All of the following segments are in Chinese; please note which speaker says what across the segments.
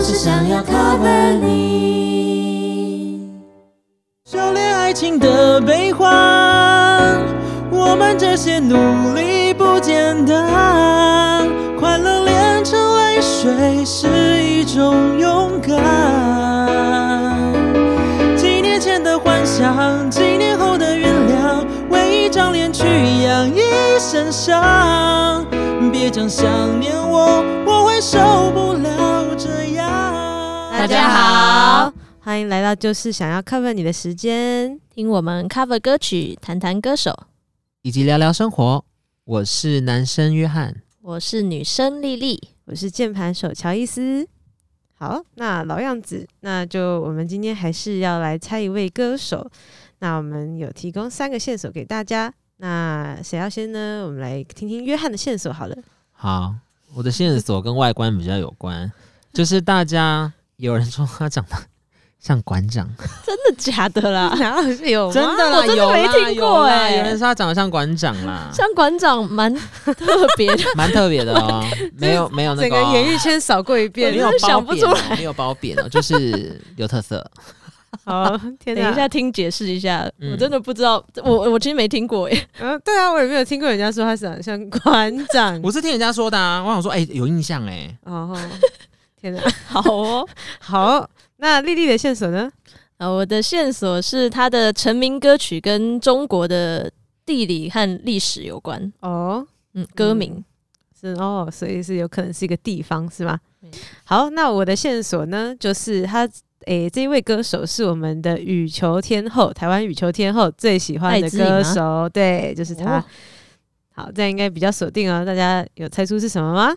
Speaker 1: 只想要 cover 你。
Speaker 2: 修炼爱情的悲欢，我们这些努力不简单。快乐炼成泪水是一种勇敢。几年前的幻想，几年后的原谅，为一张脸去养一身伤。别讲想念我，我会受不了这样。
Speaker 1: 大家好，
Speaker 3: 欢迎来到就是想要 cover 你的时间。
Speaker 1: 听我们 cover 歌曲，谈谈歌手。
Speaker 2: 以及聊聊生活。我是男生约翰，
Speaker 1: 我是女生丽丽，
Speaker 3: 我是键盘手乔伊斯。好，那老样子，那就我们今天还是要来猜一位歌手。那我们有提供三个线索给大家。那谁要先呢？我们来听听约翰的线索好了。
Speaker 2: 好，我的线索跟外观比较有关，就是大家有人说他长得像馆长，
Speaker 1: 真的假的啦？
Speaker 3: 然后是有吗
Speaker 2: 真的啦，
Speaker 1: 我真的
Speaker 2: 有啦
Speaker 1: 没听
Speaker 2: 有
Speaker 1: 过
Speaker 2: 啦
Speaker 1: 欸
Speaker 2: 有人说他长得像馆长啦，
Speaker 1: 像馆长蛮特别 的，
Speaker 2: 蛮特别的哦， 没有没有那
Speaker 3: 整
Speaker 2: 个
Speaker 3: 个
Speaker 2: 哦
Speaker 3: 演艺圈扫过一遍
Speaker 2: 没。有
Speaker 1: 真的
Speaker 2: 褒
Speaker 1: 想不
Speaker 2: 贬
Speaker 1: 出
Speaker 2: 哦，没有褒贬哦，就是有特色。
Speaker 3: 好，哦
Speaker 1: 等
Speaker 3: 天
Speaker 1: 一
Speaker 3: 哪
Speaker 1: 下！听解释一下，
Speaker 2: 嗯
Speaker 1: 我真的不知道，我我其实没听过欸耶。
Speaker 3: 嗯，对啊，我也没有听过人家说他长得像馆 长。
Speaker 2: 我是听人家说的啊，我想说，哎，有印象哎，
Speaker 3: 哦，天哪！
Speaker 1: 好哦，
Speaker 3: 好，那丽丽的线索呢？
Speaker 1: 啊，我的线索是他的成名歌曲跟中国的地理和历史有关，
Speaker 3: 哦，
Speaker 1: 嗯，歌名。
Speaker 3: 是哦，所以是有可能是一个地方，是吗
Speaker 1: 对？
Speaker 3: 好，那我的线索呢，就是他，诶、这一位歌手是我们的羽球天后，台湾羽球天后最喜欢
Speaker 1: 戴
Speaker 3: 的
Speaker 1: 资颖
Speaker 3: 歌
Speaker 1: 吗
Speaker 3: 手，对，就是他。
Speaker 1: 哦
Speaker 3: 好，这样应该比较锁定哦。大家有猜出是什么吗？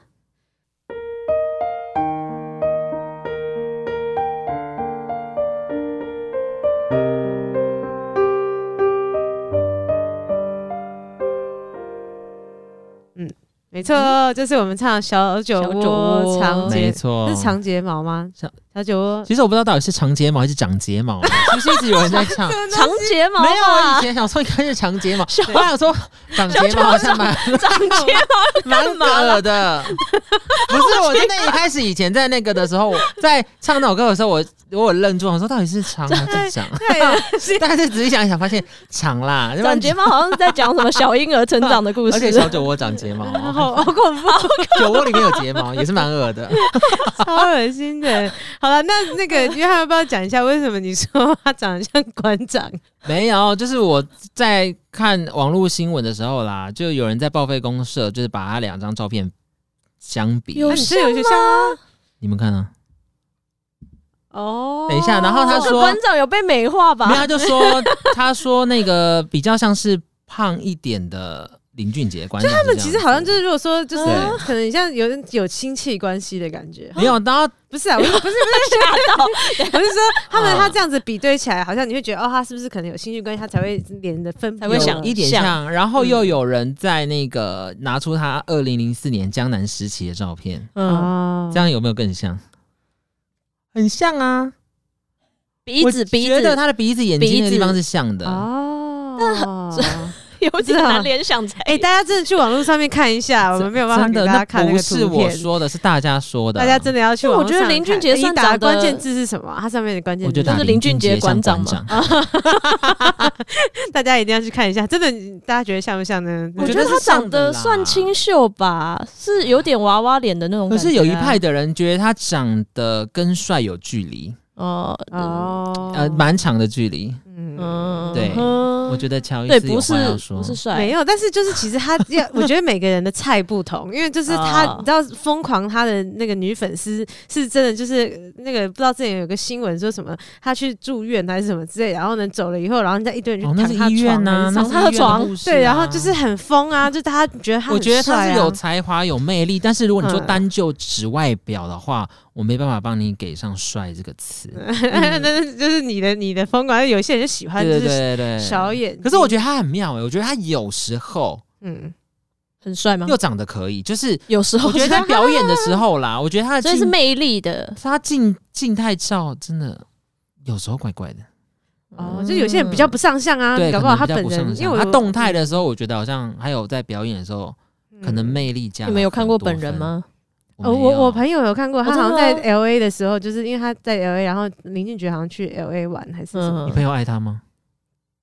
Speaker 3: 嗯，没错哦，就是我们唱的小酒
Speaker 1: 小酒窝
Speaker 3: 窝长睫，
Speaker 2: 没错
Speaker 3: 是。长睫毛吗？
Speaker 2: 小
Speaker 3: 小小酒窝
Speaker 2: 其实我不知道到底是长睫毛还是长睫毛，其实一直有人在 唱。
Speaker 1: 嗯长睫毛
Speaker 2: 没有，我
Speaker 1: 吧
Speaker 2: 以前想说应该是长睫毛，
Speaker 1: 小
Speaker 2: 我想说长睫毛好像蛮
Speaker 1: 长睫
Speaker 2: 蛮恶的。不是，我真的一开始以前在那个的时候，我 在唱那首歌的时候，我我有愣住，我说到底是长还是长？ 但是仔细想一想，发现长啦，
Speaker 1: 毛，长睫毛好像是在讲什么小婴儿成长的故
Speaker 2: 而
Speaker 1: 事。
Speaker 2: 且小酒窝长睫毛，
Speaker 3: 好好恐怖，
Speaker 2: 酒窝里面有睫毛， 也是蛮恶的。
Speaker 3: 超恶心的。好了，那那个约翰要不要讲一下，为什么你说他长得像馆长？
Speaker 2: 没有，就是我在看网络新闻的时候啦，就有人在报废公社，就是把他两张照片相比，
Speaker 1: 有
Speaker 3: 那你是有
Speaker 1: 像
Speaker 3: 些像啊？
Speaker 2: 你们看啊，
Speaker 3: 哦，
Speaker 2: 等一下，啊然后他
Speaker 1: 这
Speaker 2: 说
Speaker 1: 馆长有被美化吧
Speaker 2: 没有，？他就说 他说那个比较像是胖一点的林俊杰观众，他
Speaker 3: 他们其实好像就是，如果说就是
Speaker 2: 对
Speaker 3: 可能像有有亲戚关系的感觉，
Speaker 2: 没有，然后
Speaker 3: 不是啊， 我不是不
Speaker 1: 吓到，
Speaker 3: 是，我是 说他们
Speaker 2: 啊
Speaker 3: 他这样子比对起来，好像你会觉得哦，他是不是可能有亲戚关系，他才会连的分
Speaker 1: 才会
Speaker 2: 有
Speaker 1: 想
Speaker 2: 一点
Speaker 1: 像
Speaker 2: 像，然后又有人在那个拿出他二零零四年江南时期的照片，
Speaker 1: 嗯，
Speaker 3: 哦
Speaker 2: 这，样有没有更像？很像啊，
Speaker 1: 鼻子鼻
Speaker 2: 我觉得
Speaker 1: 子
Speaker 2: 他的鼻子、眼睛的地方
Speaker 1: 鼻
Speaker 2: 是像的。啊
Speaker 3: 哦。
Speaker 1: 有点难联想才。
Speaker 3: 哎、大家真的去网络上面看一下，我们没有办法
Speaker 2: 真
Speaker 3: 给
Speaker 2: 的，
Speaker 3: 大家
Speaker 2: 那
Speaker 3: 看那
Speaker 2: 不
Speaker 3: 个
Speaker 2: 是
Speaker 3: 图
Speaker 2: 我
Speaker 3: 片。
Speaker 2: 说的，是大家说的。啊
Speaker 3: 大家真的要去
Speaker 1: 因为我
Speaker 3: 网络
Speaker 1: 觉得
Speaker 3: 上看。哎
Speaker 1: 林俊杰
Speaker 3: 你
Speaker 1: 算
Speaker 3: 打
Speaker 1: 长
Speaker 3: 的
Speaker 1: 得
Speaker 3: 关键字是什么啊？它上面的关键
Speaker 2: 我觉
Speaker 3: 字
Speaker 2: 得打
Speaker 1: 就是林俊杰
Speaker 2: 像
Speaker 1: 馆长
Speaker 2: 馆
Speaker 1: 嘛啊
Speaker 2: 长，
Speaker 3: 大家一定要去看一下，真的，大家觉得像不像呢？
Speaker 1: 我
Speaker 2: 我
Speaker 1: 觉
Speaker 2: 觉
Speaker 1: 得
Speaker 2: 得
Speaker 1: 他
Speaker 2: 是
Speaker 1: 长
Speaker 2: 像的
Speaker 1: 得
Speaker 2: 啦
Speaker 1: 算清秀吧，是有点娃娃脸的那种
Speaker 2: 可
Speaker 1: 感觉啊。
Speaker 2: 是有一派的人觉得他长得跟帅有距离，
Speaker 1: 哦，
Speaker 3: 哦，
Speaker 2: 呃，蛮长的距离。
Speaker 3: 嗯，
Speaker 1: 嗯，
Speaker 2: 对
Speaker 1: 嗯
Speaker 2: 我觉得乔伊
Speaker 1: 对，
Speaker 2: 斯有
Speaker 1: 不是
Speaker 2: 话要说
Speaker 1: 不是帅，
Speaker 3: 没有，但是就是其实 他要，我觉得每个人的菜不同，因为就是他，
Speaker 1: 哦
Speaker 3: 你知道疯狂他的那个女粉丝是真的，就是那个不知道之前有个新闻说什么，他去住院还是什么之类，然后呢走了以后，然后人家一堆人
Speaker 2: 哦
Speaker 3: 去，
Speaker 2: 那
Speaker 3: 躺
Speaker 2: 是
Speaker 3: 他
Speaker 2: 医院
Speaker 3: 床
Speaker 2: 呐、
Speaker 3: 还是
Speaker 2: 那
Speaker 3: 什
Speaker 2: 是
Speaker 3: 么
Speaker 1: 躺
Speaker 2: 医
Speaker 1: 他
Speaker 2: 院的
Speaker 1: 床
Speaker 2: 护士啊
Speaker 3: 对，然后就是很疯啊，就大家觉得他很帅啊，
Speaker 2: 我觉得他是有才华、有魅力，但是如果你说
Speaker 3: 嗯
Speaker 2: 单就只外表的话，我没办法帮你给上“帅”这个
Speaker 3: 嗯
Speaker 2: 词。
Speaker 3: 那那就是你的你的风格，有些人就喜欢就
Speaker 2: 对对
Speaker 3: 是
Speaker 2: 对对，
Speaker 3: 小眼睛。
Speaker 2: 可是我觉得他很妙哎、我觉得他有时候
Speaker 3: 嗯，
Speaker 1: 很帅吗？
Speaker 2: 又长得可以， 就是
Speaker 1: 有时候
Speaker 2: 我觉得在表演的时候啦，我觉得他的
Speaker 1: 所以是
Speaker 2: 静
Speaker 1: 魅力的，
Speaker 2: 他静静态照真的有时候怪怪的，
Speaker 1: 嗯
Speaker 3: 哦，就有些人比较不上相啊，
Speaker 2: 对，
Speaker 3: 搞不好
Speaker 2: 可
Speaker 3: 他
Speaker 2: 能
Speaker 3: 本
Speaker 2: 比较不上
Speaker 3: 人，
Speaker 2: 相
Speaker 3: 因为我
Speaker 2: 他动
Speaker 3: 嗯
Speaker 2: 态的时候，我觉得好像还有在表演的时候，可能魅力加。
Speaker 1: 你们有看过本人？吗？
Speaker 3: 哦，
Speaker 2: 没有
Speaker 3: 我我朋友有看过，他好像在
Speaker 1: 哦真的
Speaker 3: L A 的时候，就是因为他在 L A，然后林俊杰好像去 L A 玩还是什么，
Speaker 1: 嗯
Speaker 2: 你朋友爱他吗？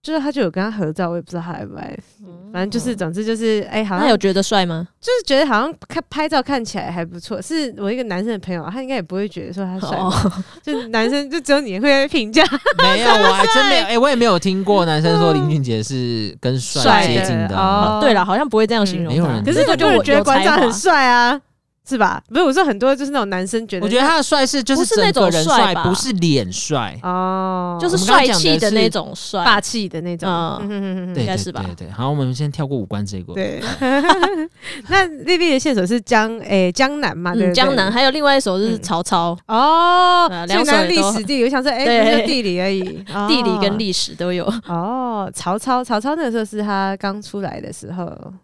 Speaker 3: 就是他就有跟他合照，我也不知道他爱不爱，
Speaker 1: 嗯
Speaker 3: 反正就是总之就是哎、好像
Speaker 1: 那有觉得帅吗？
Speaker 3: 就是觉得好像看拍照看起来还不错，是我一个男生的朋友，啊他应该也不会觉得说他帅，
Speaker 1: 哦，
Speaker 3: 就是男生就只有你会评价
Speaker 2: 没有，我还真没有。哎、我也没有听过男生说林俊杰是跟帅
Speaker 1: 帅
Speaker 2: 接
Speaker 3: 的
Speaker 2: 近的。啊
Speaker 3: 哦
Speaker 1: 对了，好像不会这样形容
Speaker 2: 嗯没有
Speaker 1: 他
Speaker 2: 人
Speaker 3: 可
Speaker 2: 可
Speaker 3: 是
Speaker 1: 那
Speaker 3: 很
Speaker 1: 个就
Speaker 3: 多人
Speaker 1: 我
Speaker 3: 觉得馆长很
Speaker 1: 帅，
Speaker 3: 帅啊，是吧？不是，我说很多就是那种男生觉得，
Speaker 2: 我觉得他的帅是就是
Speaker 1: 不是那
Speaker 2: 整
Speaker 1: 种
Speaker 2: 个人
Speaker 1: 帅
Speaker 2: 帅，
Speaker 1: 吧
Speaker 2: 不是脸帅。
Speaker 3: 哦，
Speaker 1: 就是
Speaker 2: 我们刚
Speaker 1: 帅
Speaker 2: 刚
Speaker 1: 气的
Speaker 2: 讲的是
Speaker 1: 那种帅，
Speaker 3: 霸气的那种，
Speaker 1: 嗯
Speaker 3: 嗯哼哼哼哼
Speaker 2: 对
Speaker 1: 应该
Speaker 2: 对
Speaker 1: 是吧
Speaker 2: 对对，好，我们先跳过五官这一关。
Speaker 3: 对， 那丽丽的线索是江诶、江南嘛，对不
Speaker 1: 嗯，
Speaker 3: 对
Speaker 1: 江南还有另外一首是
Speaker 3: 嗯
Speaker 1: 曹操，
Speaker 3: 哦
Speaker 1: 对啊，
Speaker 3: 所
Speaker 1: 两
Speaker 3: 以
Speaker 1: 首
Speaker 3: 那
Speaker 1: 也
Speaker 3: 历
Speaker 1: 都
Speaker 3: 史地理，我想说，哎、
Speaker 1: 对
Speaker 3: 不是地理而已， 哦
Speaker 1: 地理跟历史都有。
Speaker 3: 哦，曹操，曹操那个时候是他刚出来的时候，
Speaker 1: 嗯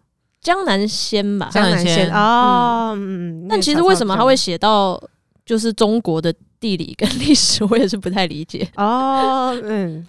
Speaker 1: 江南先吧，
Speaker 2: 江南
Speaker 3: 先
Speaker 2: 先
Speaker 3: 哦，嗯，
Speaker 1: 但其实为什么他会写到就是中国的地理跟历史，我也是不太理解。
Speaker 3: 哦，嗯。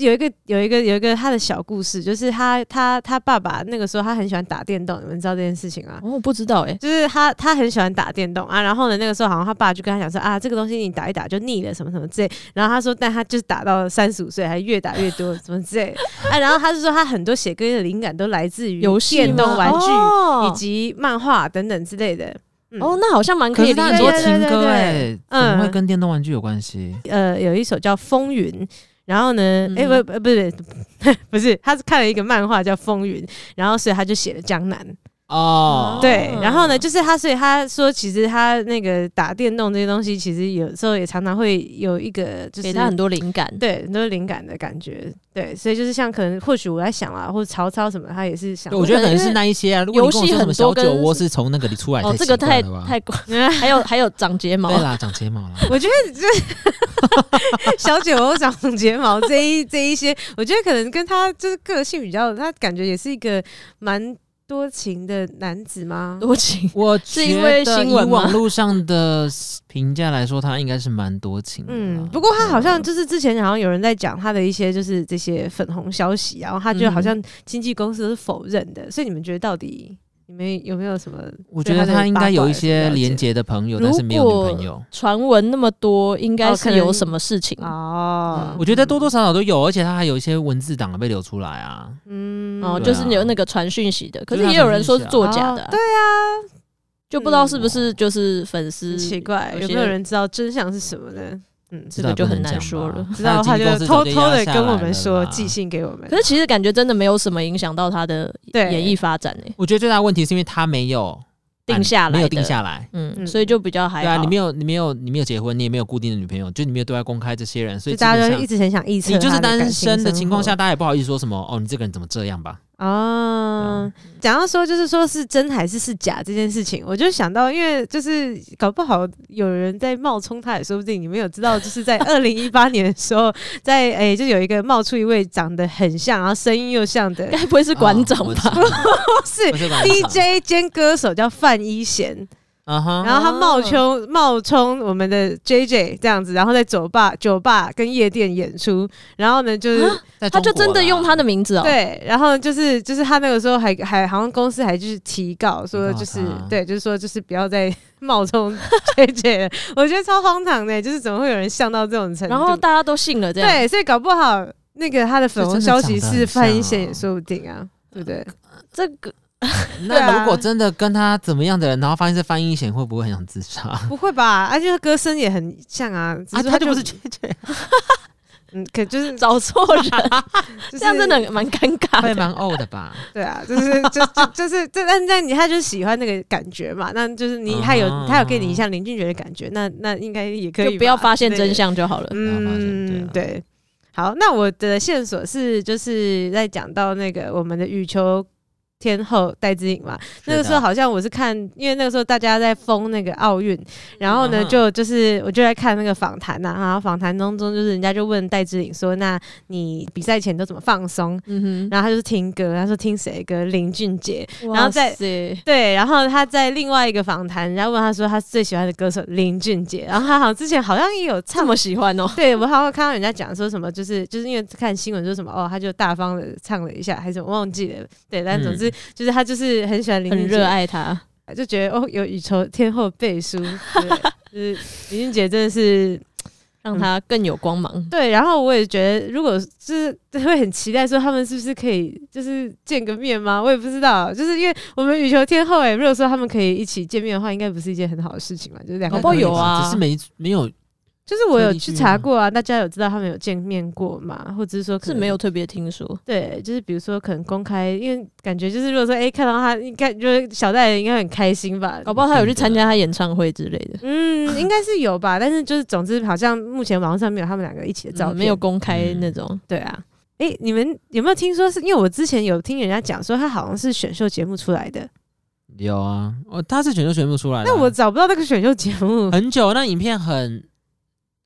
Speaker 3: 有一个有一个有一个他的小故事，就是他他他爸爸那个时候他很喜欢打电动，你们知道这件事情吗？
Speaker 1: 哦，我不知道哎、
Speaker 3: 就是他他很喜欢打电动啊，然后呢，那个时候好像他爸就跟他讲说啊，这个东西你打一打就腻了什么什么之类，然后他说，但他就是打到三十五岁还越打越多什么之类 啊，然后他就说他很多写歌的灵感都来自 于
Speaker 1: 游戏
Speaker 3: 电动
Speaker 1: 吗
Speaker 3: 玩具、
Speaker 1: 哦
Speaker 3: 以及漫画等等之类的。嗯
Speaker 1: 哦，那好像蛮可
Speaker 2: 可
Speaker 1: 以
Speaker 2: 是
Speaker 1: 理
Speaker 2: 他
Speaker 1: 解
Speaker 2: 很多
Speaker 1: 的。
Speaker 2: 情歌哎、怎么会
Speaker 3: 嗯
Speaker 2: 跟电动玩具有关系？
Speaker 3: 呃，有一首叫《风云》，然后呢，
Speaker 1: 嗯
Speaker 3: 哎、不不不是不是， 他是看了一个漫画叫《风云》，然后所以他就写了《江南》。
Speaker 2: 哦，
Speaker 3: 对
Speaker 1: 哦，
Speaker 3: 然后呢，就是他，所以他说，其实他那个打电动这些东西，其实有时候也常常会有一个，就是
Speaker 1: 给他很多灵感，
Speaker 3: 对很多灵感的感觉，对，所以就是像可能或许我在想啊，或者曹操什么，他也是想，
Speaker 2: 对我觉得可能
Speaker 1: 因
Speaker 2: 是
Speaker 1: 为
Speaker 2: 那一些啊。如果你跟
Speaker 1: 游戏
Speaker 2: 我说什
Speaker 1: 很多
Speaker 2: 么小酒
Speaker 1: 跟
Speaker 2: 窝是从那个里出来，
Speaker 1: 哦，这
Speaker 2: 奇
Speaker 1: 个
Speaker 2: 怪
Speaker 1: 太
Speaker 2: 了吧
Speaker 1: 太怪，还有还有长睫毛
Speaker 2: 对，啦，长睫毛 了。
Speaker 3: 我觉得这 小姐我长睫毛这一 这一些，我觉得可能跟他就是个性比较，他感觉也是一个蛮多情的男子吗？
Speaker 1: 多情。
Speaker 2: 我
Speaker 1: 是因为
Speaker 2: 觉得
Speaker 1: 新闻
Speaker 2: 以
Speaker 1: 吗
Speaker 2: 网络上的评价来说，他应该是蛮多情的啦。
Speaker 3: 嗯，不过他好像就是之前好像有人在讲他的一些就是这些粉红消息，啊然后他就好像经纪公司都是否认的，所以你们觉得到底你们有没有什么？
Speaker 2: 我觉得他应该有一些连接的朋友，
Speaker 1: 如果
Speaker 2: 但是没有女朋友。
Speaker 1: 传闻那么多，应该
Speaker 3: 哦可
Speaker 1: 是
Speaker 3: 能
Speaker 1: 有什么事情？
Speaker 3: 哦
Speaker 2: 我觉得多多少少都有，而且他还有一些文字档被流出来啊。
Speaker 3: 嗯
Speaker 1: 哦，
Speaker 2: 对啊
Speaker 1: 就是有那个传讯息的，可
Speaker 2: 就是是
Speaker 1: 也
Speaker 2: 他
Speaker 1: 有人说是
Speaker 2: 传讯息啊嗯
Speaker 1: 作假的啊，
Speaker 3: 对啊，
Speaker 1: 就不知道是不是就是粉丝
Speaker 3: 很奇怪，有
Speaker 1: 些
Speaker 3: 没有人知道真相是什么呢？嗯，
Speaker 1: 这个就很难说了
Speaker 3: 知道的话
Speaker 2: 他
Speaker 3: 就
Speaker 2: 经纪公司
Speaker 3: 偷
Speaker 2: 早就
Speaker 3: 偷的
Speaker 2: 压下来
Speaker 3: 跟我们说，
Speaker 2: 了啦
Speaker 3: 寄。信给我们。
Speaker 1: 可是其实感觉真的没有什么影响到他的
Speaker 3: 对
Speaker 1: 演艺发展欸诶、
Speaker 2: 我觉得最大的问题是因为他没有
Speaker 1: 定下来的
Speaker 2: 没有定下来。
Speaker 1: 嗯，
Speaker 3: 嗯
Speaker 1: 所以就比较还
Speaker 2: 对
Speaker 1: 好。
Speaker 2: 啊，你没有，你没有，你没有结婚，你也没有固定的女朋友，就你没有对外公开这些人，所以
Speaker 3: 就大家
Speaker 2: 基
Speaker 3: 都
Speaker 2: 本
Speaker 3: 一
Speaker 2: 上
Speaker 3: 直很想臆测
Speaker 2: 你就是
Speaker 3: 他的感
Speaker 2: 单
Speaker 3: 情生活，
Speaker 2: 身的情况下，大家也不好意思说什么哦，你这个人怎么这样吧？
Speaker 3: 哦，讲到说就是说是真还是是假这件事情，我就想到，因为就是搞不好有人在冒充他，也说不定。你们有知道，就是在二零一八年的时候，在诶、就有一个冒出一位长得很像，然后声音又像 的，
Speaker 1: 该不会是馆长
Speaker 2: 哦
Speaker 1: 吧？？
Speaker 3: 不是
Speaker 2: 我 知道我知道
Speaker 3: DJ 兼歌手叫范一贤，
Speaker 2: 啊哈，
Speaker 3: 然后他冒充冒充我们的 JJ 这样子，然后在酒吧酒吧跟夜店演出，然后呢就是。
Speaker 2: 在
Speaker 1: 他就
Speaker 2: 中国
Speaker 1: 真的
Speaker 2: 啦
Speaker 1: 用他的名字哦、
Speaker 3: 对，然后就是就是他那个时候还还好像公司还就是提告说
Speaker 2: 提告
Speaker 3: 就是
Speaker 2: 他
Speaker 3: 对，就是说就是不要再冒充 JJ 了，我觉得超荒唐的，就是怎么会有人像到这种程度？
Speaker 1: 然后大家都信了这样。
Speaker 3: 对，所以搞不好那个他的粉红
Speaker 2: 这真
Speaker 3: 消
Speaker 2: 的
Speaker 3: 息
Speaker 2: 长得
Speaker 3: 是
Speaker 2: 很
Speaker 3: 范一
Speaker 2: 像
Speaker 3: 贤
Speaker 2: 哦
Speaker 3: 也说不定啊，对不对？
Speaker 1: 这个
Speaker 3: 对啊
Speaker 2: 那如果真的跟他怎么样的人，然后发现是翻译险，会不会很想自杀？啊，
Speaker 3: 不会吧？而且他歌声也很像啊，只是说
Speaker 2: 他就不是 JJ，
Speaker 3: 嗯，可就是
Speaker 1: 找错人，
Speaker 3: 就
Speaker 1: 这样
Speaker 3: 是
Speaker 1: 真的蛮尴尬
Speaker 2: 会
Speaker 1: 的。
Speaker 2: 蛮呕的吧？
Speaker 3: 对啊，就是 就就就是这，但但你他就是喜欢那个感觉嘛，那就是你他有
Speaker 2: 嗯
Speaker 3: 他有给你像林俊杰的感觉，那那应该也可以吧，
Speaker 1: 啊就不要发现
Speaker 3: 之类的
Speaker 1: 真。相就好了。
Speaker 2: 不要发现对
Speaker 3: 嗯
Speaker 2: 啊，
Speaker 3: 对。好，那我的线索是就是在讲到那个我们的羽球天后戴资颖嘛，那个时候好像我是看，因为那个时候大家在封那个奥运，然后呢，
Speaker 2: 嗯
Speaker 3: 就就是我就在看那个访谈呐，然后访谈当中就是人家就问戴资颖说，那你比赛前都怎么放松？
Speaker 1: 嗯
Speaker 3: 然后他就听歌，他说听谁的歌？林俊杰。
Speaker 1: 哼，
Speaker 3: 然后再
Speaker 1: 哇塞
Speaker 3: 对，然后他在另外一个访谈，人家问他说他最喜欢的歌手林俊杰，然后他好像之前好像也有
Speaker 1: 这
Speaker 3: 唱
Speaker 1: 么喜欢哦、
Speaker 3: 对我好像看到人家讲说什么，就是就是因为看新闻说什么哦，他就大方的唱了一下，还是我忘记了。对，但
Speaker 2: 嗯
Speaker 3: 总之、就是他就是很喜欢林
Speaker 1: 很
Speaker 3: 俊杰
Speaker 1: 热，爱他。
Speaker 3: 就觉得哦，有羽球天后背书，对，就是李俊杰真的是嗯
Speaker 1: 让它更有光芒。
Speaker 3: 对。然后我也觉得，如果是 会很期待说他们是不是可以就是见个面吗？我也不知道，就是因为我们羽球天后哎、如果说他们可以一起见面的话，应该不是一件很好的事情嘛，就是两
Speaker 1: 搞
Speaker 3: 个人
Speaker 1: 不好有
Speaker 3: 一起
Speaker 1: 啊
Speaker 2: 只是没没有
Speaker 3: 就是我有
Speaker 2: 特地
Speaker 3: 去
Speaker 2: 去
Speaker 3: 查
Speaker 2: 吗
Speaker 3: 过啊，大家有知道他们有见面过吗？或者是说可
Speaker 1: 是
Speaker 3: 能
Speaker 1: 没有特别听说，
Speaker 3: 对，就是比如说可能公开，因为感觉就是如果说哎、诶看到他，应该就是小戴应该很开心吧？
Speaker 1: 搞不好他有去参加他演唱会之类的，
Speaker 3: 嗯，应该是有吧，但是就是总之好像目前网上没有他们两个一
Speaker 2: 嗯
Speaker 3: 起的照
Speaker 1: 早
Speaker 3: 片，
Speaker 1: 嗯没有公开那种。
Speaker 3: 对啊。哎、你们有没有听说是？因为我之前有听人家讲说他好像是选秀节目出来的，
Speaker 2: 有啊，哦，他是选秀选不出来的啊。
Speaker 3: 但我找不到那个选秀节目。
Speaker 2: 很久，那影片很，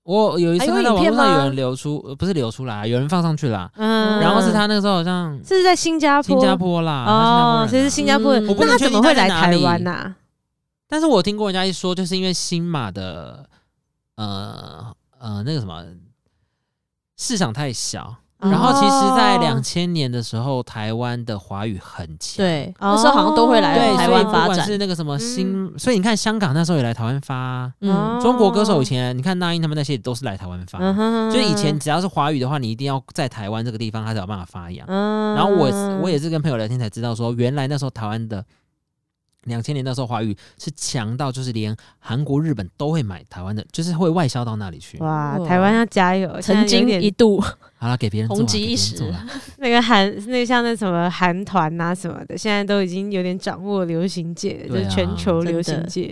Speaker 2: 我有一次
Speaker 1: 还有
Speaker 2: 看到
Speaker 1: 影
Speaker 2: 网
Speaker 1: 片
Speaker 2: 络上有
Speaker 1: 吗
Speaker 2: 人流出，呃不是流出啦，有人放上去啦。
Speaker 3: 嗯，
Speaker 2: 然后是他那个时候好像
Speaker 3: 这是在新加坡，
Speaker 2: 新加坡啦，
Speaker 3: 哦，
Speaker 2: 他
Speaker 3: 这
Speaker 2: 新加坡人
Speaker 1: 嗯
Speaker 3: 是新加坡人，
Speaker 2: 啊
Speaker 1: 我不
Speaker 3: 那他
Speaker 2: 能确
Speaker 3: 怎么
Speaker 2: 定
Speaker 3: 会
Speaker 2: 他
Speaker 3: 来
Speaker 2: 在哪
Speaker 3: 台
Speaker 2: 里
Speaker 3: 湾呐、啊
Speaker 2: 但是我听过人家一说，就是因为新马的呃呃那个什么市场太小，然后其实
Speaker 3: 哦
Speaker 2: 在两千年的时候，台湾的华语很强。
Speaker 1: 对，
Speaker 3: 哦
Speaker 1: 那时候好像都会来
Speaker 2: 哦对，
Speaker 1: 台
Speaker 2: 所以
Speaker 1: 湾
Speaker 2: 不
Speaker 1: 发
Speaker 2: 管
Speaker 1: 展。
Speaker 2: 是那个什么新，
Speaker 3: 嗯
Speaker 2: 所以你看香港那时候也来台湾发啊、
Speaker 1: 嗯，
Speaker 2: 中国歌手以前你看那英他们那些都是来台湾发，
Speaker 3: 哦嗯哼，
Speaker 2: 就以前只要是华语的话，你一定要在台湾这个地方，它才有办法发扬。
Speaker 3: 嗯，
Speaker 2: 然后我也是我也是跟朋友聊天才知道说，原来那时候台湾的两千年那时候华语是强到就是连韩国、日本都会买台湾的，就是会外销到那里去。
Speaker 3: 哇，
Speaker 1: 哇
Speaker 3: 台湾要加油！现在
Speaker 1: 曾
Speaker 3: 有
Speaker 1: 经
Speaker 3: 点
Speaker 1: 一度
Speaker 2: 好了，给别人做
Speaker 1: 红
Speaker 2: 啦
Speaker 1: 极
Speaker 2: 给别
Speaker 1: 一
Speaker 2: 人
Speaker 1: 时
Speaker 2: 做啦
Speaker 3: 那个韩那个像那什么韩团呐什么的，现在都已经有点掌握流行界了，就
Speaker 2: 对啊
Speaker 3: 是全球流
Speaker 1: 真
Speaker 3: 行
Speaker 1: 的
Speaker 3: 界。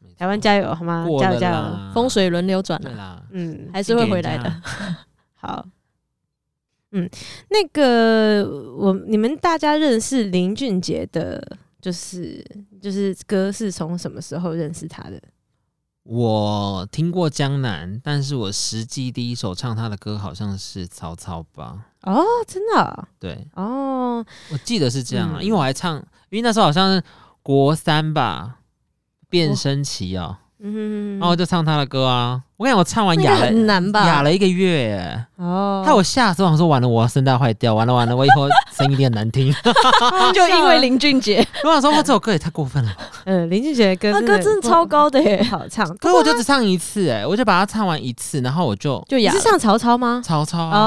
Speaker 2: 没错
Speaker 3: 台湾加油好吗？
Speaker 2: 过
Speaker 3: 加
Speaker 2: 了
Speaker 3: 油加油！
Speaker 2: 啦
Speaker 1: 风水轮流转
Speaker 2: 对
Speaker 1: 了，
Speaker 2: 啦，
Speaker 3: 嗯，
Speaker 1: 还是会回来的。
Speaker 3: 好。嗯，那个我你们大家认识林俊杰的，就是就是歌是从什么时候认识他的？
Speaker 2: 我听过江南，但是我实际第一首唱他的歌好像是《曹操》吧？
Speaker 3: 哦，真的
Speaker 1: 啊
Speaker 3: 哦
Speaker 2: 对，
Speaker 3: 哦，
Speaker 2: 我记得是这样啊，
Speaker 3: 嗯
Speaker 2: 因为我还唱，因为那时候好像是国三吧，变声期哦，
Speaker 3: 嗯，
Speaker 2: 然后我就唱他的歌啊。我跟你讲，我唱完
Speaker 1: 应
Speaker 2: 哑
Speaker 1: 该
Speaker 2: 了，
Speaker 1: 很难
Speaker 2: 哑
Speaker 1: 吧？
Speaker 2: 了一个月耶，
Speaker 3: 哦，
Speaker 2: 害我吓死，我想说完了，我要声带坏掉，完了完了，我以后声音一定很难 听。
Speaker 1: 就因为林俊杰，
Speaker 2: 我想说，哇，这首歌也太过分 了吧。
Speaker 3: 呃，林俊杰的歌
Speaker 1: 他歌真的
Speaker 3: 不
Speaker 1: 超高的耶
Speaker 3: 不，好唱，
Speaker 2: 可是我就只唱一次，哎，我就把它唱完一次，然后我就
Speaker 1: 就
Speaker 3: 你
Speaker 1: 哑
Speaker 3: 是
Speaker 1: 了。
Speaker 3: 唱曹操吗？
Speaker 2: 曹操啊，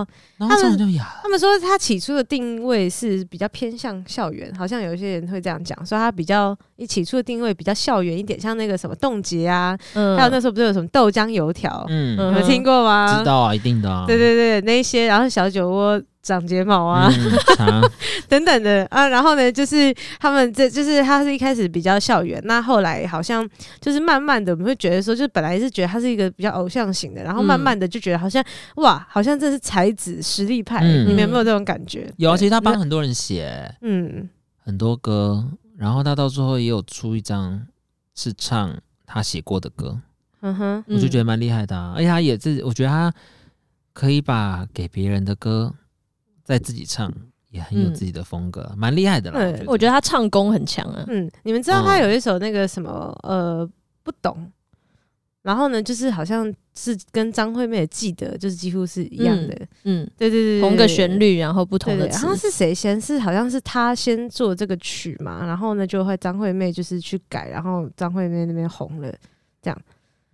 Speaker 3: 哦，
Speaker 2: 然后唱完就哑了。
Speaker 3: 他们说他起初的定位是比较偏向校园，好像有一些人会这样讲，说他比较一起初的定位比较校园一点，像那个什么冻结啊，
Speaker 1: 嗯
Speaker 3: 还有那时候不是有什么豆浆油条，
Speaker 2: 嗯，
Speaker 1: 嗯
Speaker 3: 你们听过吗？
Speaker 2: 知道啊，一定的啊。
Speaker 3: 对对对，那一些，然后小酒窝长睫毛啊、
Speaker 2: 嗯，啊，
Speaker 3: 等等的啊，然后呢，就是他们这就是他是一开始比较校园，那后来好像就是慢慢的，我们会觉得说，就是本来是觉得他是一个比较偶像型的，然后慢慢的就觉得好像、哇，好像这是才子实力派，
Speaker 2: 嗯
Speaker 3: 你们有没有这种感觉？
Speaker 2: 有啊，
Speaker 3: 对
Speaker 2: 其实他帮
Speaker 3: 那
Speaker 2: 很多人写
Speaker 3: 嗯
Speaker 2: 很多歌，然后他到最后也有出一张是唱他写过的歌，
Speaker 3: 嗯哼，
Speaker 2: 我就
Speaker 1: 得
Speaker 2: 觉得蛮厉害的啊。而且他也自，我觉得他可以把给别人的歌再自己唱，也很有
Speaker 1: 嗯
Speaker 2: 自己的风格，蛮厉害的啦。
Speaker 3: 对
Speaker 1: 我觉得他唱功很强啊。
Speaker 3: 嗯，你们知道他
Speaker 2: 嗯
Speaker 3: 有一首那个什么、呃不懂，然后呢，就是好像是跟张惠妹的《记得》就是几乎是一样的，
Speaker 1: 嗯，
Speaker 3: 对对对，对
Speaker 1: 同个
Speaker 3: 对
Speaker 1: 旋律，然后不
Speaker 3: 对
Speaker 1: 同
Speaker 3: 对，
Speaker 1: 的
Speaker 3: 然
Speaker 1: 词
Speaker 3: 后，是谁先？是好像是他先做这个曲嘛，然后呢就会张惠妹就是去改，然后张惠妹那边红了，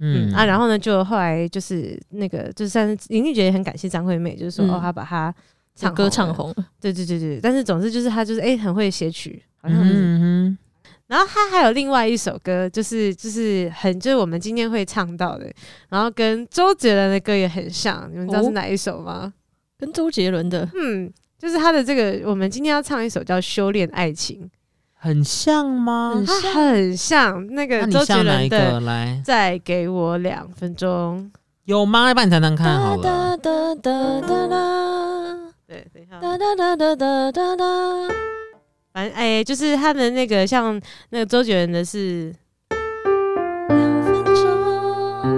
Speaker 3: 嗯啊，然
Speaker 2: 后
Speaker 3: 后呢就后来就是那个就算是林俊杰也很感谢张惠妹，就是说、
Speaker 1: 嗯
Speaker 3: 哦，他把他唱
Speaker 1: 歌
Speaker 3: 了
Speaker 1: 唱，红了。
Speaker 3: 对对对对，但是总之就是他就是哎、很会写曲，好像是
Speaker 2: 嗯哼
Speaker 3: 然后他还有另外一首歌，就是就是很就是我们今天会唱到的，然后跟周杰伦的歌也很像，你们知道是
Speaker 1: 哦
Speaker 3: 哪一首吗？
Speaker 1: 跟周杰伦的
Speaker 3: 嗯，就是他的这个，我们今天要唱一首叫《修炼爱情
Speaker 2: 很像吗》，？
Speaker 1: 很
Speaker 3: 它很像那
Speaker 2: 啊那
Speaker 3: 个
Speaker 2: 你
Speaker 3: 周杰
Speaker 2: 像哪一
Speaker 3: 伦的
Speaker 2: 个
Speaker 3: 《
Speaker 2: 来？
Speaker 3: 再给我两分钟
Speaker 2: 有吗？要不然你谈谈看啊好了。
Speaker 1: 哒哒哒哒啦，》。
Speaker 3: 对，等一下
Speaker 1: 哒哒哒哒哒哒啦。
Speaker 3: 反正哎，就是他的那个像那个周杰伦的是，
Speaker 1: 两分钟，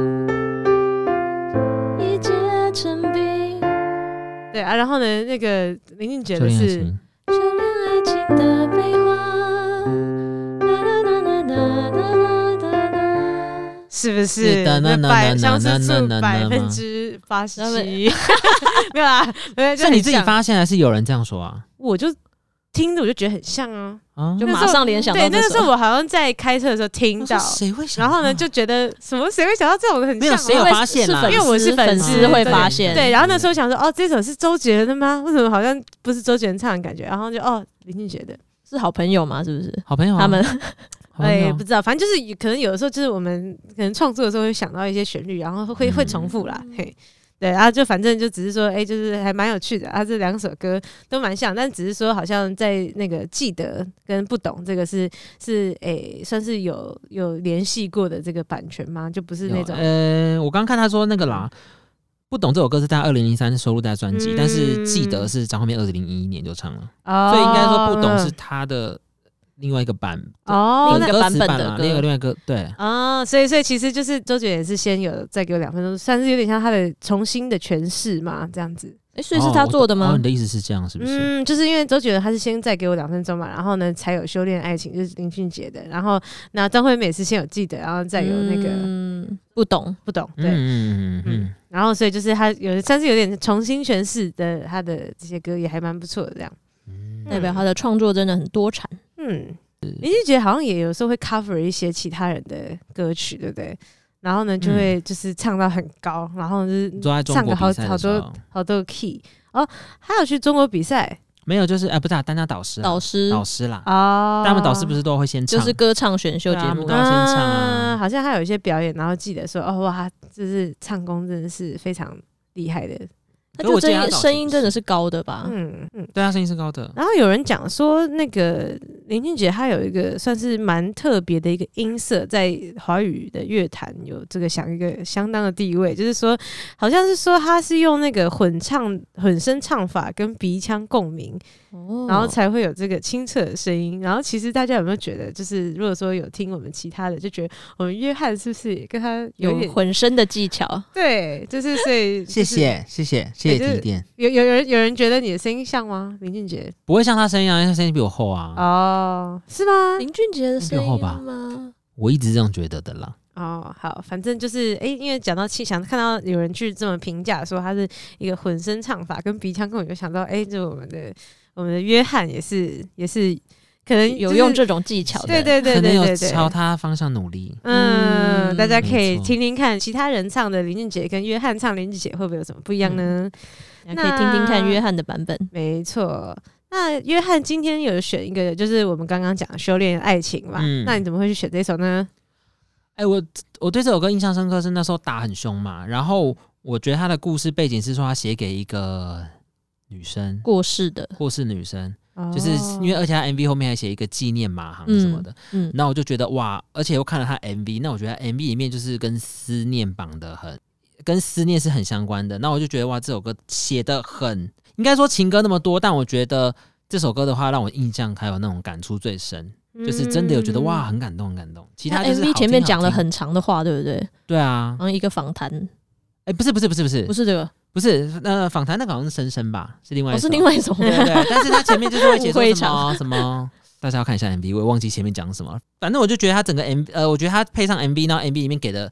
Speaker 1: 一结成冰，
Speaker 3: 对啊，然后呢，那个林俊杰的
Speaker 2: 就恋爱
Speaker 3: 是，
Speaker 2: 情
Speaker 1: 修炼爱情的悲欢。哒哒哒哒哒哒哒哒。
Speaker 3: 是不是
Speaker 2: 是的
Speaker 3: 那
Speaker 2: 那
Speaker 3: 百
Speaker 2: 那
Speaker 3: 相似
Speaker 2: 那
Speaker 3: 数
Speaker 2: 那那
Speaker 3: 百
Speaker 2: 那
Speaker 3: 分
Speaker 2: 吗
Speaker 3: 之八十
Speaker 1: 那么
Speaker 3: 七？没有啦，没有，就是
Speaker 2: 你自己
Speaker 3: 很像，
Speaker 2: 发现还是有人这样说啊？
Speaker 3: 我就听着我就觉得很像啊，
Speaker 2: 啊
Speaker 1: 就
Speaker 3: 那
Speaker 1: 马
Speaker 3: 时候
Speaker 1: 上联想到
Speaker 3: 对，那
Speaker 1: 这
Speaker 3: 个
Speaker 1: 首
Speaker 3: 是我好像在开车的时候听
Speaker 2: 我
Speaker 3: 到
Speaker 2: 说，谁会想啊
Speaker 3: 然
Speaker 2: 到？
Speaker 3: 后呢就觉得什么谁会想到这种很
Speaker 2: 没有
Speaker 3: 像
Speaker 2: 谁
Speaker 3: 啊
Speaker 2: 有
Speaker 1: 因为
Speaker 2: 发现
Speaker 1: 是
Speaker 2: 啦
Speaker 1: 粉丝
Speaker 3: 因为我是粉
Speaker 1: 粉
Speaker 3: 丝
Speaker 1: 丝会
Speaker 3: 对
Speaker 1: 发现，
Speaker 3: 对，然后那时候想说哦这首是周杰伦的吗？为什么好像不是周杰伦唱的感觉？然后就哦林俊杰的，
Speaker 1: 是好朋友嘛？是不是？
Speaker 2: 好朋友啊
Speaker 1: 他们
Speaker 2: 好朋
Speaker 3: 哎、
Speaker 2: 友
Speaker 3: 不知道，反正就是有可能有的时候就是我们可能创作的时候会想到一些旋律，然后
Speaker 2: 嗯
Speaker 3: 会会重复啦，嘿，对，然后就反正就只是说，哎、就是还蛮有趣的啊，这两首歌都蛮像，但只是说好像在那个记得跟不懂这个是是哎、算是有有联系过的这个版权吗？就不是那
Speaker 2: 有
Speaker 3: 种
Speaker 2: 呃，我刚看他说那个啦，不懂这首歌是在二零零三收录在专辑，
Speaker 3: 嗯
Speaker 2: 但是记得是张惠妹二零一一年就唱了，
Speaker 3: 哦
Speaker 2: 呃所以应该说不懂是他的另外一个版的
Speaker 3: 哦，
Speaker 2: 另
Speaker 3: 那
Speaker 2: 一个歌词版
Speaker 1: 那个版本的
Speaker 2: 啦，
Speaker 1: 歌
Speaker 2: 另一个另外一个对。
Speaker 3: 哦，所以所以其实就是周杰伦也是先有再给我两分钟，算是有点像他的重新的诠释嘛，这样子。
Speaker 1: 哎，所以是他做的
Speaker 2: 哦我懂哦
Speaker 1: 吗
Speaker 2: 你？的意思是这样，是不是？
Speaker 3: 嗯，就是因为周杰伦他是先再给我两分钟嘛，然后呢才有修炼爱情，就是林俊杰的。然后那张惠妹也是先有记得，然后再有那个、
Speaker 1: 嗯不懂，
Speaker 3: 不懂，对。
Speaker 2: 嗯嗯嗯嗯
Speaker 3: 然后所以就是他有算是有点重新诠释的他的这些歌也还蛮不错的这样。
Speaker 2: 嗯
Speaker 1: 代表他的创作真的很多产。
Speaker 3: 嗯，林俊杰好像也有时候会 cover 一些其他人的歌曲，对不对？然后呢
Speaker 2: 嗯
Speaker 3: 就会就是唱到很高，然后就是
Speaker 2: 你说嗯在中
Speaker 3: 唱
Speaker 2: 国
Speaker 3: 个好
Speaker 2: 比赛的时候
Speaker 3: 好多 key 哦。他有去中国比赛
Speaker 2: 没有，就是哎，不是啊，当家导师啊，
Speaker 1: 导师
Speaker 2: 导师啦，
Speaker 3: 哦，
Speaker 2: 但他们导师不是都会先唱，
Speaker 1: 就是歌唱选秀节目
Speaker 2: 对啊他们都要先唱啊
Speaker 3: 好像还有一些表演，然后记得说，哦哇，就是唱功真的是非常厉害的。
Speaker 1: 他
Speaker 2: 可是
Speaker 1: 就
Speaker 2: 我记
Speaker 1: 声
Speaker 2: 得他
Speaker 1: 音
Speaker 2: 导师
Speaker 1: 声音
Speaker 2: 不
Speaker 1: 真的是高的吧？
Speaker 2: 啊
Speaker 3: 嗯嗯。
Speaker 2: 对他声音是高的，
Speaker 3: 然后有人讲说，那个林俊杰他有一个算是蛮特别的一个音色，在华语的乐坛有这个享一个相当的地位，就是说，好像是说他是用那个混唱、混声唱法跟鼻腔共鸣，
Speaker 1: 哦
Speaker 3: 然后才会有这个清澈的声音。然后其实大家有没有觉得，就是如果说有听我们其他的，就觉得我们约翰是不是也跟他有
Speaker 1: 有
Speaker 3: 点
Speaker 1: 混声的技巧，
Speaker 3: 对，就是所以、就是
Speaker 2: 谢。谢谢谢
Speaker 3: 也
Speaker 2: 谢
Speaker 3: 哎就是
Speaker 2: 谢提点，
Speaker 3: 有有有人有人觉得你的声音像吗？林俊杰
Speaker 2: 不会像他声音啊，因为他声音比我厚啊，
Speaker 3: 哦，是吗？
Speaker 1: 林俊杰的声
Speaker 2: 六号
Speaker 1: 音
Speaker 2: 吧
Speaker 1: 吗？
Speaker 2: 我一直这样觉得的啦。
Speaker 3: 哦，好，反正就是诶，因为讲到气，想看到有人去这么评价说他是一个混声唱法跟鼻腔共鸣，就想到诶，就我们的我们的约翰也是也是可能
Speaker 1: 有
Speaker 3: 就是
Speaker 1: 用这种技巧的，
Speaker 3: 对对对
Speaker 2: 可能
Speaker 3: 对
Speaker 2: 有
Speaker 3: 对对，
Speaker 2: 朝他方向努力。
Speaker 3: 嗯，
Speaker 1: 嗯
Speaker 3: 大家可以
Speaker 2: 没错
Speaker 3: 听听看其他人唱的林俊杰跟约翰唱林俊杰会不会有什么不一样呢？
Speaker 1: 也
Speaker 2: 嗯
Speaker 1: 可以听听看约翰的版本。
Speaker 3: 没错。那约翰今天有选一个，就是我们刚刚讲的修炼爱情嘛？
Speaker 2: 嗯
Speaker 3: 那你怎么会去选这首呢？
Speaker 2: 哎、我我对这首歌印象深刻是那时候打很凶嘛，然后我觉得他的故事背景是说他写给一个女生
Speaker 1: 过世的，
Speaker 2: 或是女生，就是因为
Speaker 3: 哦
Speaker 2: 而且他 MV 后面还写一个纪念马航什么的，
Speaker 1: 嗯，
Speaker 2: 那、我就觉得哇，而且又看了他 MV，那我觉得他 MV 里面就是跟思念绑的很，跟思念是很相关的，那我就觉得哇，这首歌写的很，应该说情歌那么多，但我觉得这首歌的话让我印象还有那种感触最深。就是真的有
Speaker 3: 嗯
Speaker 1: 嗯
Speaker 2: 觉得哇，很感动，很感动。其他就是好听
Speaker 1: MV 前面讲了
Speaker 2: 好听
Speaker 1: 很长的话，对不对？
Speaker 2: 对啊
Speaker 1: 好，像一个访谈，
Speaker 2: 哎，不是不是不是不是
Speaker 1: 不是这个，
Speaker 2: 不是，那访谈那个好像是深深吧，是另外
Speaker 1: 哦，
Speaker 2: 一首
Speaker 1: 是另外一种。
Speaker 2: 对对，但是他前面就是会写
Speaker 1: 误会
Speaker 2: 说
Speaker 1: 一
Speaker 2: 什么什么。大家要看一下 MV，我也忘记前面讲什么了。反正我就觉得他整个 M，呃，我觉得他配上 MV，然后 MV 里面给的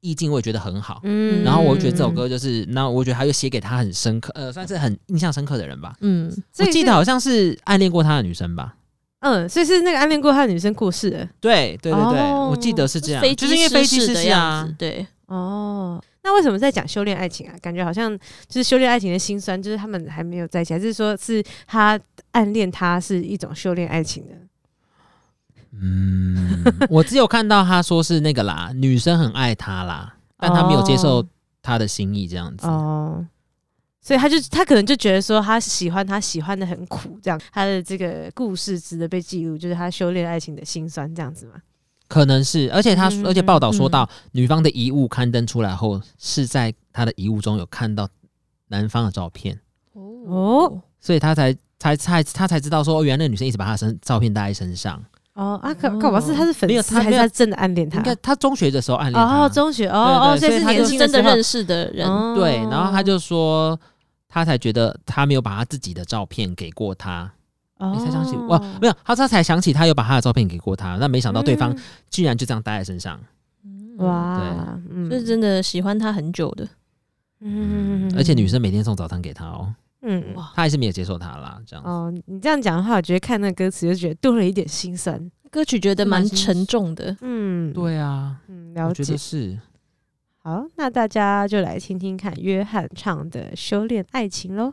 Speaker 2: 意境，我也觉得很好。
Speaker 3: 嗯
Speaker 2: 然后我觉得这首歌就是，那我觉得他又写给他很深刻，呃，算是很印象深刻的人吧。
Speaker 1: 嗯，
Speaker 3: 所
Speaker 2: 我
Speaker 3: 以
Speaker 2: 记
Speaker 3: 是
Speaker 2: 得好像是暗恋过他的女生吧？
Speaker 3: 嗯，所以是那个暗恋过他的女生过世了
Speaker 2: 对对对对，
Speaker 3: 哦
Speaker 2: 我记得是这样
Speaker 1: 飞，机
Speaker 2: 就是因为飞机
Speaker 1: 失事
Speaker 2: 失
Speaker 1: 的
Speaker 2: 事
Speaker 1: 样
Speaker 2: 啊
Speaker 1: 子，，对，
Speaker 3: 哦。那为什么在讲修炼爱情啊？感觉好像就是修炼爱情的辛酸，就是他们还没有在一起，还是说是他暗恋他是一种修炼爱情的？
Speaker 2: 嗯，我只有看到他说是那个啦，女生很爱他啦，但他没有接受他的心意这样子。
Speaker 3: 哦，所以他就他可能就觉得说他喜欢他喜欢的很苦，这样他的这个故事值得被记录，就是他修炼爱情的辛酸这样子嘛。
Speaker 2: 可能是，而且他、
Speaker 3: 嗯
Speaker 2: 而且报道说到、女方的遗物刊登出来后，是在他的遗物中有看到男方的照片，
Speaker 3: 哦，
Speaker 2: 所以他才才才他才知道说，哦，原来那个女生一直把他的身照片带在身上。
Speaker 3: 哦啊，可
Speaker 1: 哦
Speaker 3: 搞不好是他是粉
Speaker 2: 没有
Speaker 3: 丝，
Speaker 2: 他
Speaker 3: 还是
Speaker 2: 没有
Speaker 3: 他真的暗恋他
Speaker 2: 应？该他中学的时候暗恋他，
Speaker 3: 嗯哦，中学哦哦，
Speaker 2: 对对
Speaker 3: 以
Speaker 2: 所以
Speaker 3: 是
Speaker 2: 他
Speaker 3: 年
Speaker 2: 就
Speaker 1: 就是
Speaker 3: 轻
Speaker 1: 真
Speaker 3: 的时
Speaker 1: 的
Speaker 3: 候
Speaker 1: 认识的人，
Speaker 3: 哦
Speaker 2: 对，然后他就说。他才觉得他没有把他自己的照片给过他，
Speaker 3: 哦
Speaker 2: 你才想起哇，没有，他他才想起他有把他的照片给过他，那没想到对方嗯
Speaker 3: 嗯
Speaker 2: 居然就这样待在身上，
Speaker 3: 哇，嗯
Speaker 1: 就是真的喜欢他很久的，
Speaker 3: 嗯
Speaker 2: 而且女生每天送早餐给他哦，
Speaker 3: 嗯，
Speaker 1: 哇
Speaker 4: 他还是没有接受他啦，这样子。
Speaker 3: 哦，你这样讲的话，我觉得看那个歌词就觉得多了一点心酸。
Speaker 1: 歌曲觉得
Speaker 4: 蛮
Speaker 1: 蛮
Speaker 4: 心
Speaker 1: 沉重的，
Speaker 3: 嗯，，
Speaker 4: 对啊，
Speaker 3: 嗯，
Speaker 4: 我
Speaker 3: 了
Speaker 4: 觉
Speaker 3: 解
Speaker 4: 得。是。
Speaker 3: 好，那大家就来听听看约翰唱的《修炼爱情》喽。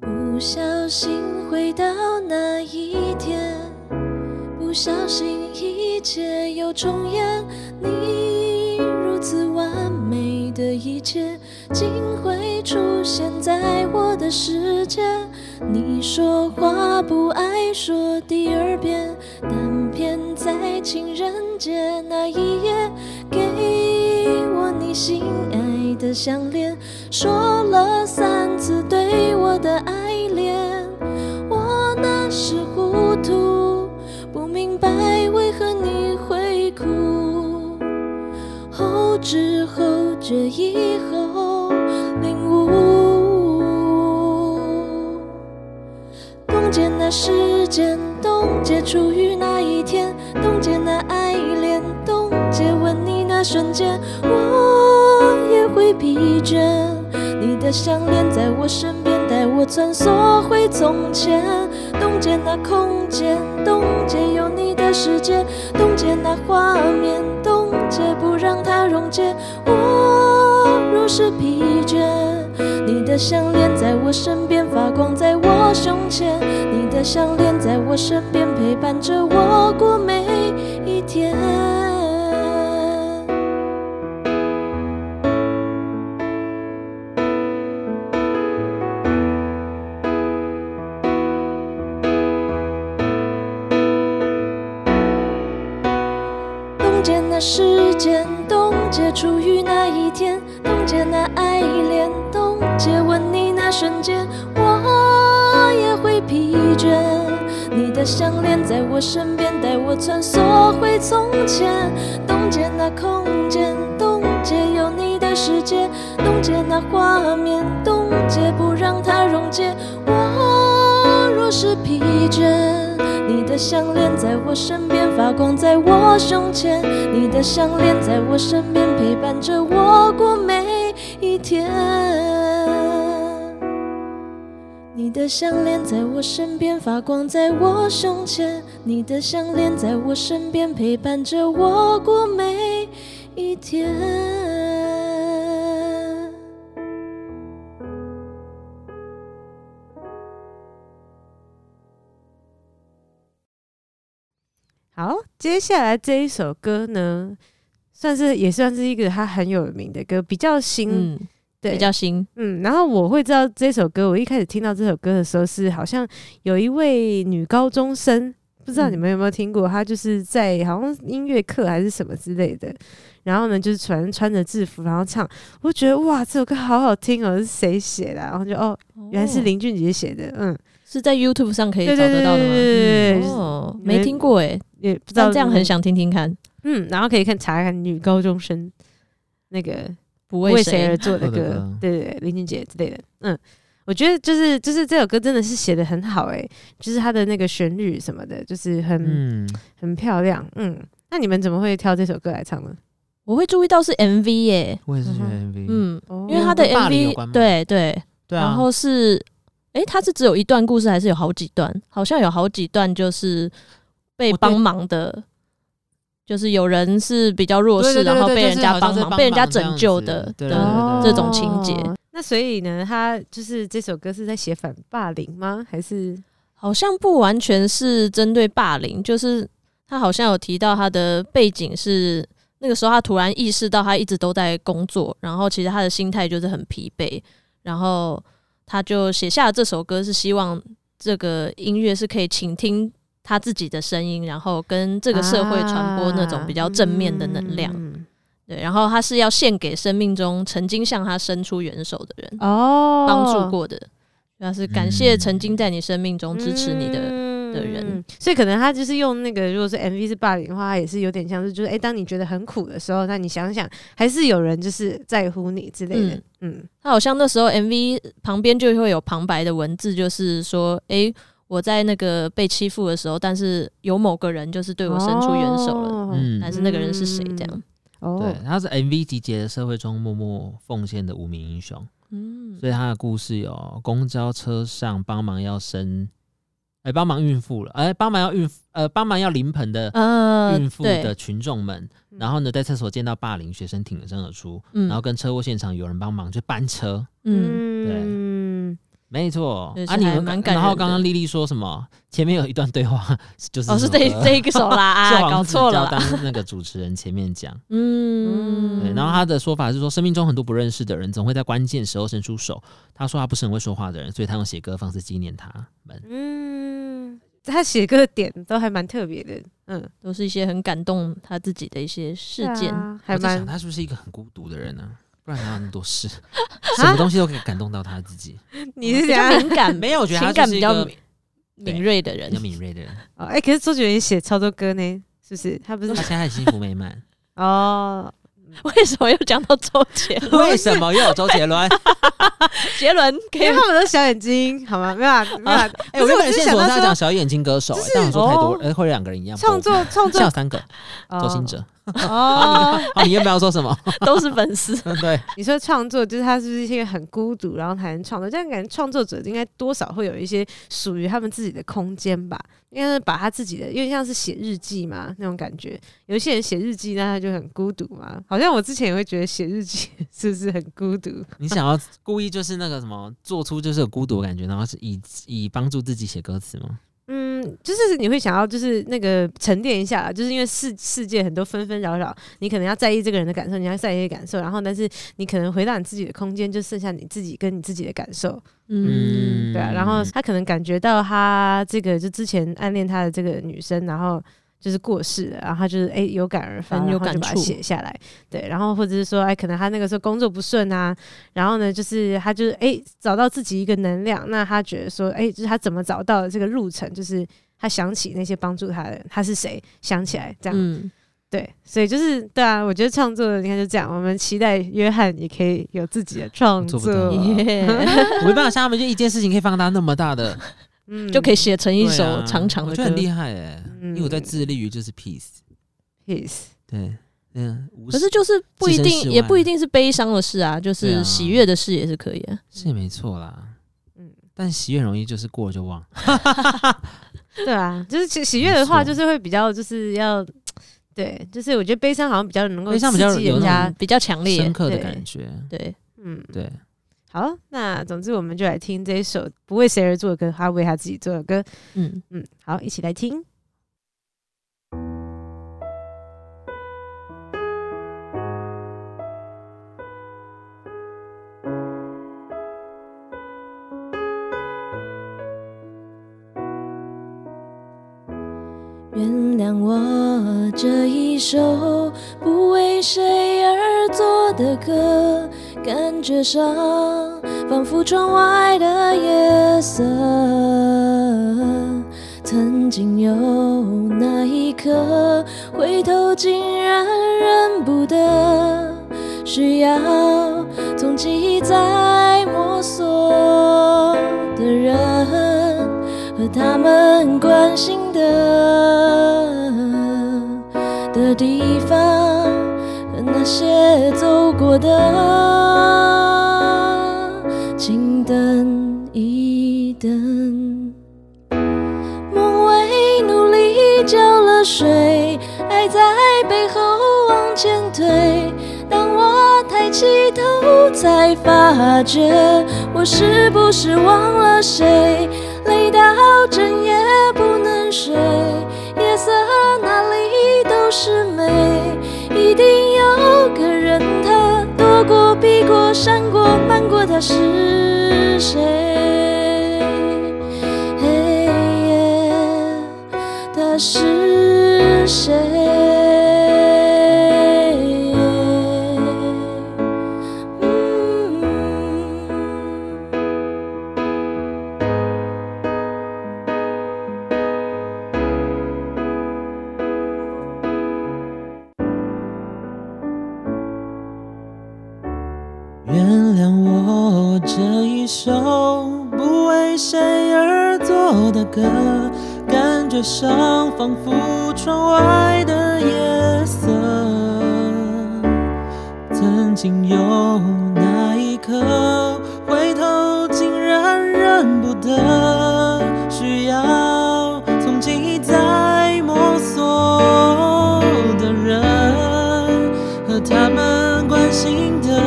Speaker 4: 不小心回到那一天，不小心一切又重演。你如此完美的一切，竟会出现在我的世界。你说话不爱说第二遍，但偏在情人节那一夜，给我你心爱的项链。说了三次对我的爱恋，我那时糊涂，不明白为何你会哭。后知后觉以后领悟，冻结那时间，冻结初遇那一天，冻结那爱恋，冻结吻你那瞬间，我也会疲倦。你的项链在我身边，带我穿梭回从前，冻结那空间，冻结有你的世界，冻结那画面，冻结不让它溶解。我如是疲倦，你的项链在我身边发光，在我胸前，你的项链在我身边陪伴着我过每一天。冻结那时间，冻结初遇那一天，冻结那爱恋，冻结吻你那瞬间，我也会疲倦。你的项链在我身边，带我穿梭回从前，冻结那空间，冻结有你的世界，冻结那画面，冻结不让它溶解。我若是疲倦。你的项链在我身边发光，在我胸前。你的项链在我身边陪伴着我过每一天。你的项链在我身边发光，在我胸前。你的项链在我身边陪伴着我过每一天。
Speaker 3: 好，接下来这一首歌呢，算是也算是一个它很有名的歌，比较新，
Speaker 1: 嗯，
Speaker 3: 对，
Speaker 1: 比较新，
Speaker 3: 嗯，然后我会知道这首歌，我一开始听到这首歌的时候是好像有一位女高中生，不知
Speaker 1: 嗯
Speaker 3: 道你们有没有听过，她就是在好像音乐课还是什么之类的，然后呢就是穿穿着制服然后唱，我就觉得哇这首歌好好听哦，是谁写的啊、然后就哦原来是林俊杰写的，嗯，
Speaker 1: 是在 YouTube 上可以
Speaker 3: 对
Speaker 1: 找
Speaker 3: 对
Speaker 1: 得
Speaker 3: 对对
Speaker 1: 到的吗？
Speaker 3: 对对对，
Speaker 1: 哦，
Speaker 3: 你们
Speaker 1: 没听过哎，
Speaker 3: 也不知道
Speaker 1: 但这样很，想听听看，
Speaker 3: 嗯，然后可以看查看女高中生那个
Speaker 1: 不
Speaker 3: 为
Speaker 1: 为
Speaker 3: 谁而
Speaker 1: 谁
Speaker 3: 做的
Speaker 2: 做的
Speaker 3: 歌
Speaker 2: 歌，
Speaker 3: 对对对，林俊杰之类的，嗯，我觉得就是就是这首歌真的是写的很好诶、就是它的那个旋律什么的，就是很、
Speaker 2: 嗯，
Speaker 3: 很漂亮，嗯。那你们怎么会挑这首歌来唱呢？
Speaker 1: 我会注意到是 MV 耶，
Speaker 2: 我也是觉得
Speaker 3: 嗯
Speaker 2: MV，
Speaker 1: 嗯，
Speaker 3: 哦
Speaker 1: 因为他的
Speaker 2: 跟霸凌有关
Speaker 1: MV
Speaker 2: 吗
Speaker 1: 对对，
Speaker 2: 对啊，
Speaker 1: 然后是，诶，他是只有一段故事，还是有好几段？好像有好几段就是被
Speaker 2: 我对
Speaker 1: 帮忙的，就是有人是比较弱
Speaker 2: 对
Speaker 1: 势，
Speaker 2: 对对
Speaker 1: 然后
Speaker 2: 对
Speaker 1: 被
Speaker 2: 对
Speaker 1: 人
Speaker 2: 是
Speaker 1: 家
Speaker 2: 好像
Speaker 1: 帮
Speaker 2: 是
Speaker 1: 忙、
Speaker 2: 帮
Speaker 1: 被人家
Speaker 2: 忙这
Speaker 1: 拯
Speaker 2: 样
Speaker 1: 救
Speaker 2: 子
Speaker 1: 的
Speaker 2: 对
Speaker 1: 的
Speaker 2: 对对
Speaker 3: 哦
Speaker 2: 对
Speaker 1: 这种情节。
Speaker 3: 那所以呢，他就是这首歌是在写反霸凌吗？还是
Speaker 1: 好像不完全是针对霸凌，就是他好像有提到他的背景是那个时候他突然意识到他一直都在工作，然后其实他的心态就是很疲惫，然后他就写下了这首歌，是希望这个音乐是可以倾听他自己的声音，然后跟这个社会传播那种比较正面的能量。
Speaker 3: 啊嗯
Speaker 1: 对，然后他是要献给生命中曾经向他伸出援手的人，
Speaker 3: 哦，
Speaker 1: 帮、助过的，那是感谢曾经在你生命中
Speaker 3: 嗯
Speaker 1: 支持你的。的人
Speaker 3: 嗯所以可能他就是用那个，如果是 MV 是霸凌的话，他也是有点像是，就是哎、诶当你觉得很苦的时候，那你想想，还是有人就是在乎你之类的，嗯，
Speaker 1: 他好像那时候 MV 旁边就会有旁白的文字，就是说，诶、我在那个被欺负的时候，但是有某个人就是对我伸出援手了，
Speaker 3: 哦
Speaker 1: 但
Speaker 2: 嗯，
Speaker 1: 是那个人是谁？这样，
Speaker 3: 哦
Speaker 2: 对，，他是 MV 集结的社会中默默奉献的无名英雄，
Speaker 1: 嗯，
Speaker 2: 所以他的故事有公交车上帮忙要生，哎、帮忙孕妇了，哎、帮忙要孕妇，呃，帮忙要临盆的
Speaker 1: 呃
Speaker 2: 孕妇
Speaker 1: 对
Speaker 2: 的群众们，
Speaker 3: 嗯
Speaker 2: 然后呢，在厕所见到霸凌学生挺身而出，
Speaker 1: 嗯
Speaker 2: 然后跟车祸现场有人帮忙就搬车，
Speaker 1: 嗯，
Speaker 3: 嗯，
Speaker 2: 没错
Speaker 1: 对，
Speaker 2: 啊，
Speaker 1: 是
Speaker 2: 你
Speaker 1: 还
Speaker 2: 们
Speaker 1: 蛮
Speaker 2: 刚
Speaker 1: 感
Speaker 2: 然后
Speaker 1: 人
Speaker 2: 刚刚
Speaker 1: 的
Speaker 2: 丽丽说什么？前面有一段对话， 就是
Speaker 1: 哦，是
Speaker 2: 这
Speaker 1: 这
Speaker 2: 首歌
Speaker 1: 这一个手啦，
Speaker 2: 是
Speaker 1: 啊，
Speaker 2: 黄
Speaker 1: 搞
Speaker 2: 子
Speaker 1: 错
Speaker 2: 佼
Speaker 1: 了啦，
Speaker 2: 当那个主持人前面讲，
Speaker 1: 嗯，
Speaker 2: 对，然后他的说法是说，生命中很多不认识的人，总会在关键时候伸出手。他说他不是很会说话的人，所以他用写歌的方式纪念他们。
Speaker 3: 嗯，他写歌的点都还蛮特别的，嗯，
Speaker 1: 都是一些很感动他自己的一些事
Speaker 3: 对
Speaker 1: 件，
Speaker 3: 啊还
Speaker 2: 我在
Speaker 3: 蛮
Speaker 2: 想，他是不是一个很孤独的人呢、不然哪有那么多 事，什么东西都可以感动到他自己。
Speaker 3: 你是
Speaker 1: 比
Speaker 3: 怎
Speaker 1: 较
Speaker 3: 样？
Speaker 1: 敏感，
Speaker 2: 没有，我觉得他
Speaker 1: 情
Speaker 2: 就
Speaker 1: 感
Speaker 2: 是
Speaker 1: 比
Speaker 2: 一
Speaker 1: 较
Speaker 2: 个
Speaker 1: 敏敏锐的人
Speaker 2: 比较，敏锐的 人。
Speaker 3: 哦哎、可是周杰伦也写超多歌呢，是不是？他不
Speaker 2: 他
Speaker 3: 是
Speaker 2: 现在很幸福美 满，
Speaker 3: 哦，
Speaker 1: 为什么又讲到周杰伦？
Speaker 2: 为什么又有周杰伦？
Speaker 1: 杰伦可
Speaker 3: 因
Speaker 1: 以
Speaker 3: 为他们都小眼睛，好吗？没有啊，
Speaker 1: 哦
Speaker 3: 没有啊，
Speaker 2: 哎、
Speaker 3: 不
Speaker 2: 我
Speaker 3: 是我
Speaker 2: 原本
Speaker 3: 只是
Speaker 2: 线
Speaker 3: 想到
Speaker 2: 索是要
Speaker 3: 说
Speaker 2: 讲小眼睛歌手、
Speaker 3: 就是
Speaker 2: 但我说太多
Speaker 3: 哦，
Speaker 2: 呃、会两个人一样
Speaker 3: 创作创
Speaker 2: 像
Speaker 3: 作
Speaker 2: 有三个，周星哲。
Speaker 3: 哦，
Speaker 2: 哦，你要不要说什么？
Speaker 1: 都是粉丝，
Speaker 2: 对，
Speaker 3: 你说创作就是他是不是一个很孤独，然后才能创作？这样感觉创作者应该多少会有一些属于他们自己的空间吧？应该是把他自己的，因为像是写日记嘛那种感觉。有一些人写日记，那他就很孤独嘛。好像我之前也会觉得写日记是不是很孤独？
Speaker 2: 你想要故意就是那个什么，做出就是有孤独的感觉，然后是以以帮助自己写歌词吗？
Speaker 3: 嗯，就是你会想要就是那个沉淀一下啦，就是因为世世界很多纷纷扰扰，你可能要在意这个人的感受，你要在意感受，然后但是你可能回到你自己的空间，就剩下你自己跟你自己的感受。
Speaker 1: 嗯，
Speaker 3: 对啊，然后他可能感觉到他这个就之前暗恋他的这个女生，然后就是过世了，然后他就是哎、有感而发，
Speaker 1: 很有
Speaker 3: 然后就
Speaker 1: 感
Speaker 3: 把它
Speaker 1: 触
Speaker 3: 写下来。对，然后或者是说哎、可能他那个时候工作不顺啊，然后呢就是他就是哎、找到自己一个能量，那他觉得说哎、就是他怎么找到的这个路程，就是他想起那些帮助他的人，他是谁，想起来这样。
Speaker 1: 嗯，
Speaker 3: 对，所以就是对啊，我觉得创作应该就这样。我们期待约翰也可以有自己的创
Speaker 2: 做
Speaker 3: 作
Speaker 2: 不，到
Speaker 1: 啊耶
Speaker 2: 我没办法像他们，就一件事情可以放大那么大的
Speaker 3: 嗯
Speaker 1: 就可以写 成一
Speaker 2: 对
Speaker 1: 首
Speaker 2: 啊
Speaker 1: 长长
Speaker 2: 我
Speaker 1: 的
Speaker 2: 觉
Speaker 1: 歌
Speaker 2: 得，很厉害哎，
Speaker 3: 嗯
Speaker 2: 因为我在致力于就是 peace，
Speaker 3: peace。
Speaker 2: 对，嗯，无
Speaker 1: 可
Speaker 2: 事
Speaker 1: 是就是不一
Speaker 2: 置身事
Speaker 1: 定，
Speaker 2: 外
Speaker 1: 也不一定是悲伤的事啊，就
Speaker 2: 对
Speaker 1: 是
Speaker 2: 啊
Speaker 1: 喜悦的事也是可以啊。
Speaker 2: 是也没错啦，
Speaker 3: 嗯
Speaker 2: 嗯，但喜悦容易就是过了就忘，
Speaker 3: 对啊，就是喜喜
Speaker 2: 没
Speaker 3: 悦的话，
Speaker 2: 错
Speaker 3: 就是会比较就是要，对，就是我觉得悲伤好像比较能够
Speaker 2: 悲伤比较
Speaker 3: 刺激
Speaker 2: 有
Speaker 3: 人
Speaker 2: 那
Speaker 3: 家
Speaker 1: 嗯，比较强烈
Speaker 2: 深，刻的
Speaker 3: 对
Speaker 2: 感觉，
Speaker 1: 对，
Speaker 3: 嗯，
Speaker 2: 对，
Speaker 3: 好，那总之我们就来听这一首不为谁而作的歌，他为他自己做的歌，
Speaker 1: 嗯。
Speaker 3: 嗯，好，一起来听。
Speaker 5: 原谅我这一首不为谁而作的歌，感觉上仿佛窗外的夜色。曾经有那一刻，回头竟然认不得，需要从记忆再摸索的人。和他们关心的呃的地方，和那些走过的，请等一等。梦为努力浇了水，爱在背后往前推。当我抬起头，才发觉我是不是忘了谁，累到整夜不能睡。夜色哪里都是美，一定有个人他躲过、避过、闪过、瞒过，他是谁？嘿耶是谁？嗯
Speaker 4: 原谅我这一首不为谁而作的歌，感觉上仿佛窗外的夜色。曾经有那一刻，回头竟然认不得，需要从今再摸索的人和他们关心的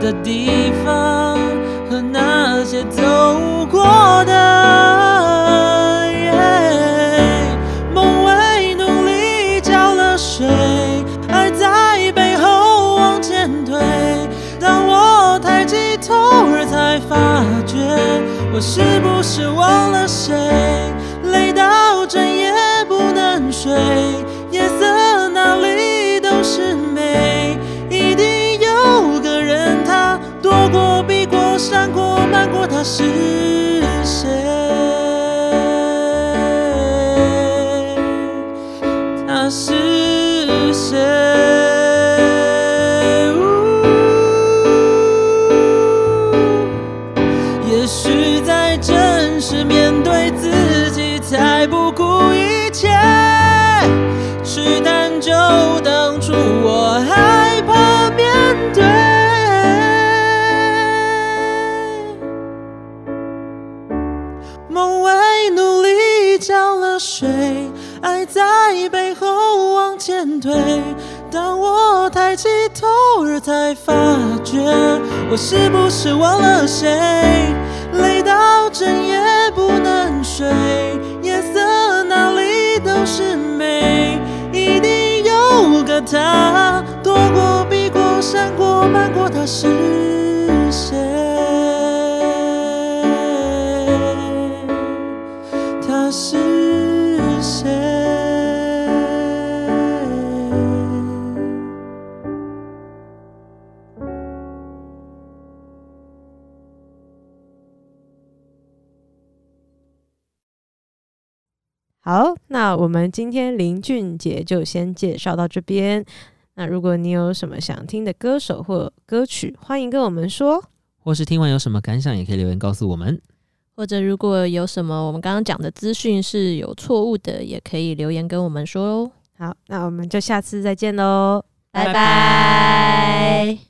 Speaker 4: 的地方和那些走过的。耶梦为努力浇了水，爱在背后往前推。当我抬起头儿，才发觉我是不是忘了谁，累到整夜不能睡。夜色哪里都是美，一定有个人他躲过、避过、闪过、瞒过，他是谁？他是谁？呜也许在真实面对自己，才不顾一切。试探就当初我害怕面对。梦为努力浇了水，爱在背后往前推。当我抬起头儿，才发觉我是不是忘了谁，累到整夜不能睡。夜色哪里都是美，一定有个他躲过、避过、闪过、瞒过，他是谁？他是谁？
Speaker 3: 好，那我们今天林俊杰就先介绍到这边。那如果你有什么想听的歌手或歌曲，欢迎跟我们说。
Speaker 4: 或是听完有什么感想，也可以留言告诉我们。
Speaker 1: 或者如果有什么我们刚刚讲的资讯是有错误的，也可以留言跟我们说哦。
Speaker 3: 好，那我们就下次再见喽。
Speaker 1: 拜拜